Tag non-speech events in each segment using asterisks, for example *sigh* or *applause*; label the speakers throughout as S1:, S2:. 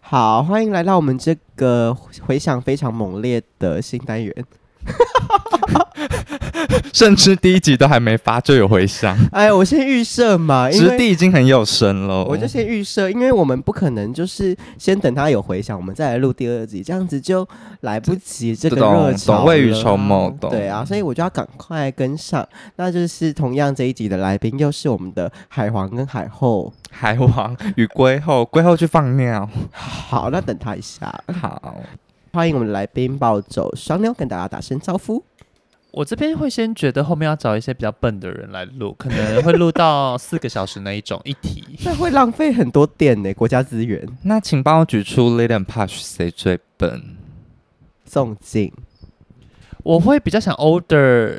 S1: 好，欢迎来到我们这个回响非常猛烈的新单元。 *laughs*
S2: 甚至第一集都还没发就有回响，
S1: 哎，我先预设嘛， *laughs* 因
S2: 质
S1: 为
S2: 地已经很有深了。
S1: 我就先预设，因为我们不可能就是先等它有回响，我们再来录第二集，这样子就来不及这个
S2: 懂
S1: 热潮
S2: 懂未雨
S1: 了
S2: 绸
S1: 啊
S2: 缪懂
S1: 对啊，所以我就要赶快跟上。那就是同样这一集的来宾又是我们的海王跟海后。
S2: 海王与龟后，龟后去放尿。
S1: 好，那等他一下。
S2: 好，
S1: 欢迎我们的来宾暴走双妞跟大家打声招
S2: *laughs*
S1: 呼。
S3: 我这边会先觉得后面要找一些比较笨的人来录，可能会录到四个小时那一种一题。
S1: 这会浪费很多电呢、国家资源。
S2: 那请帮我举出 Lady and Push 谁最笨？
S1: 宋静，
S3: *laughs* 我会比较想 order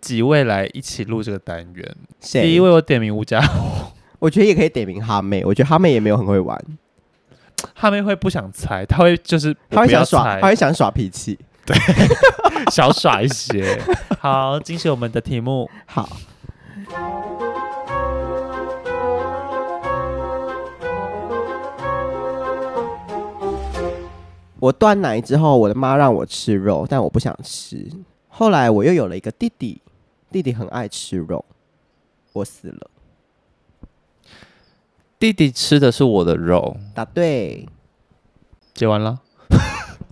S3: 几位来一起录这个单元。
S1: 谁？
S3: 第一位我点名吴家， *laughs*
S1: 我觉得也可以点名哈妹，我觉得哈妹也没有很会玩，
S3: 他们会不想猜，他会就是
S1: 她
S3: 我
S1: 会
S3: 不要
S1: 想耍，
S3: 猜
S1: 她，会想耍脾气。
S3: *laughs* 小耍一 *laughs* 些。好，进行我们的题目。
S1: 好，我断奶之后，我的妈让我吃肉，但我不想吃。后来我又有了一个弟弟，弟弟很爱吃肉，我死了。
S2: 弟弟吃的是我的肉，
S1: 答对，
S3: 解完了，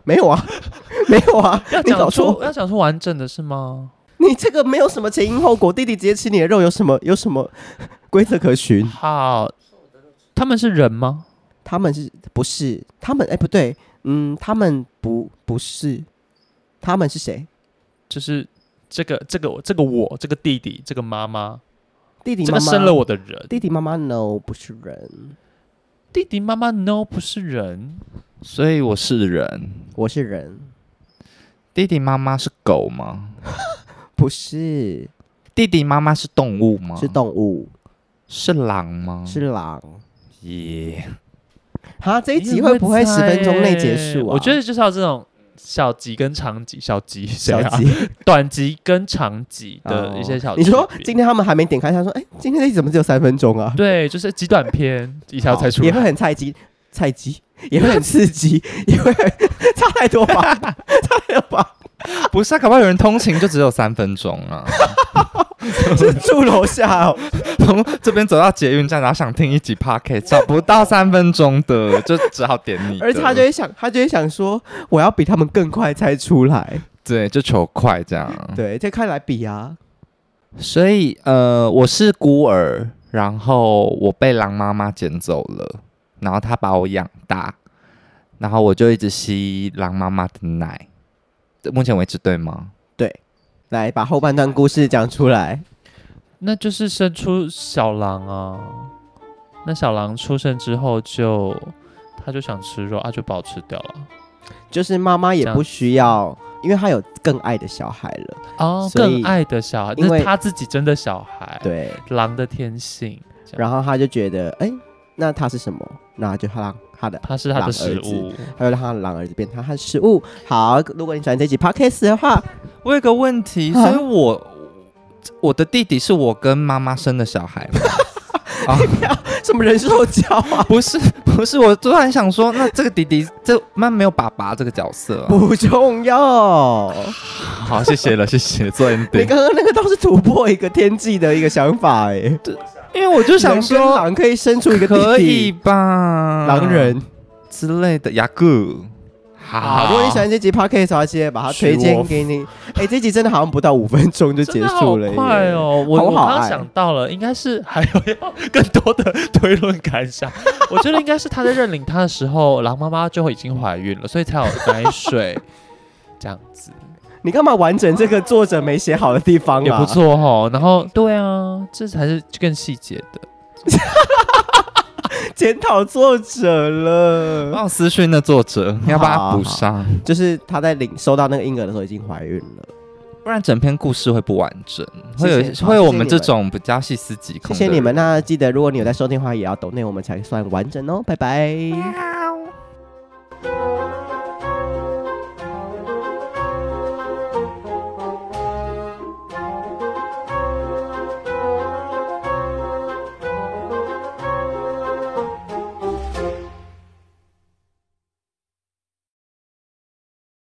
S1: 没有啊， *laughs* 没有啊，
S3: 要
S1: 你搞
S3: 讲
S1: 错
S3: 出要讲出完整的是吗？
S1: 你这个没有什么前因后果，弟弟直接吃你的肉有什么有什么规则可循？
S3: 好，他们是人吗？
S1: 他们是不是？他们哎、不对，嗯，他们不不是，他们是谁？
S3: 就是这个这个这个我这个弟弟这个妈妈
S1: 弟弟
S3: 这
S1: 妈
S3: 个
S1: 妈
S3: 生了我的人，
S1: 弟弟妈妈 no 不是人，
S3: 弟弟妈妈 no 不是人，
S2: 所以我是人。
S1: 我是人，
S2: 弟弟妈妈是狗吗？
S1: 不是
S2: 弟弟妈妈是动物吗？
S1: 是动物，
S2: 是狼
S3: 嗯
S2: 吗？
S1: 是狼。
S2: 耶。
S1: 哈，这一集会不会十分钟内结束啊？
S3: 我觉得就是要这种小集跟长集，小集谁
S1: 小
S3: 啊？ *laughs*
S1: 集
S3: 短集跟长集的
S1: 哦
S3: 一些小
S1: 你
S3: 区别。
S1: 说今天他们还没点开，他说：“哎、今天这集怎么只有三分钟啊？”
S3: 对，就是极短篇，一下
S1: 好
S3: 猜出
S1: 也会
S3: 来。
S1: 很菜鸡，菜鸡也会很刺激，
S3: *laughs*
S1: 也会很差太多吧，差太多吧，
S2: 不是、啊，搞不好有人通勤就只有三分钟啊， *laughs*
S1: 是住楼下
S3: *laughs*
S1: 哦。
S2: 从这边走到捷运站，然后想听一集 p o c k e t 找不到三分钟的，就只好点你的。
S1: 而且他就会想，他就会想说，我要比他们更快猜出来。
S2: 对，就求快这
S3: 嗯
S2: 样。
S1: 对，这快来比啊！
S2: 所以呃，我是孤儿，然后我被狼妈妈捡走了，然后她把我养大，然后我就一直吸狼妈妈的奶。目前为止对吗？
S1: 来把后半段故事讲出来。
S3: 那就是生出小狼啊。那小狼出生之后就，他就想吃肉，他啊就把我吃掉了。
S1: 就是妈妈也
S3: 这样
S1: 不需要，因为她有更爱的小孩了。
S3: 哦，
S1: 所以
S3: 更爱的小孩，
S1: 因
S3: 那
S1: 为
S3: 是他自己真的小孩，，
S1: 对，
S3: 狼的天性，这样
S1: 然后她就觉得，哎、那他是什么？那就让他的
S3: 他是他
S1: 狼儿
S3: 的食
S1: 子
S3: 物。
S1: 还有让他的狼儿子变成他的食物。好，如果你喜欢这集 podcast 的话，
S2: 我有个问题，
S1: 啊
S2: 所以我我的弟弟是我跟妈妈生的小孩吗？啊，
S1: 什么人兽交啊？
S2: *laughs* 不是不是，我突然想说，那这个弟弟这那没有爸爸这个角色、啊。
S1: 不重
S3: *laughs*
S1: 要。
S2: 好，谢谢了，谢谢做 e n *laughs*
S1: 你刚刚那个倒是突破一个天际的一个想法哎、
S2: 因为我就
S1: 就
S2: 想说，
S1: 狼可以生出一个弟弟
S2: 可以吧，
S1: 狼人。
S2: 之类的雅各。
S3: 啊
S1: 好，如果你喜欢这集 podcast 的话，记得把它推荐给你。哎、这集真的好像不到五分钟
S3: *laughs*
S1: 就
S3: 真
S1: 结
S3: 的
S1: 束了耶，
S3: 好快哦！我
S1: 好
S3: 我
S1: 好哎
S3: 刚
S1: 爱
S3: 刚想到了，应该是还有要更多的推论感想。 *laughs* 我觉得应该是他在认领他的时候，狼妈妈就已经怀孕了，所以才有奶水这样
S1: *laughs*
S3: 子，
S1: 你干嘛完整这个作者没写好的地方
S3: 也
S1: 啊？
S3: 不错哈。然后对啊，这才是更细节的。
S1: 检讨作者了，
S3: 哦
S2: 帮我私讯的作者，你要把它补上，
S1: 就是他在领收到那个婴儿的时候已经怀孕了。
S2: 不然整篇故事会不完整，
S1: 谢
S2: 会
S1: 谢
S2: 有
S1: 好
S2: 会有
S1: 谢谢
S2: 我们
S1: 你
S2: 这
S1: 们
S2: 种比较细思极恐。
S1: 谢谢你们，。那记得如果你有在收听的话，也要抖内我们才算完整哦，拜拜。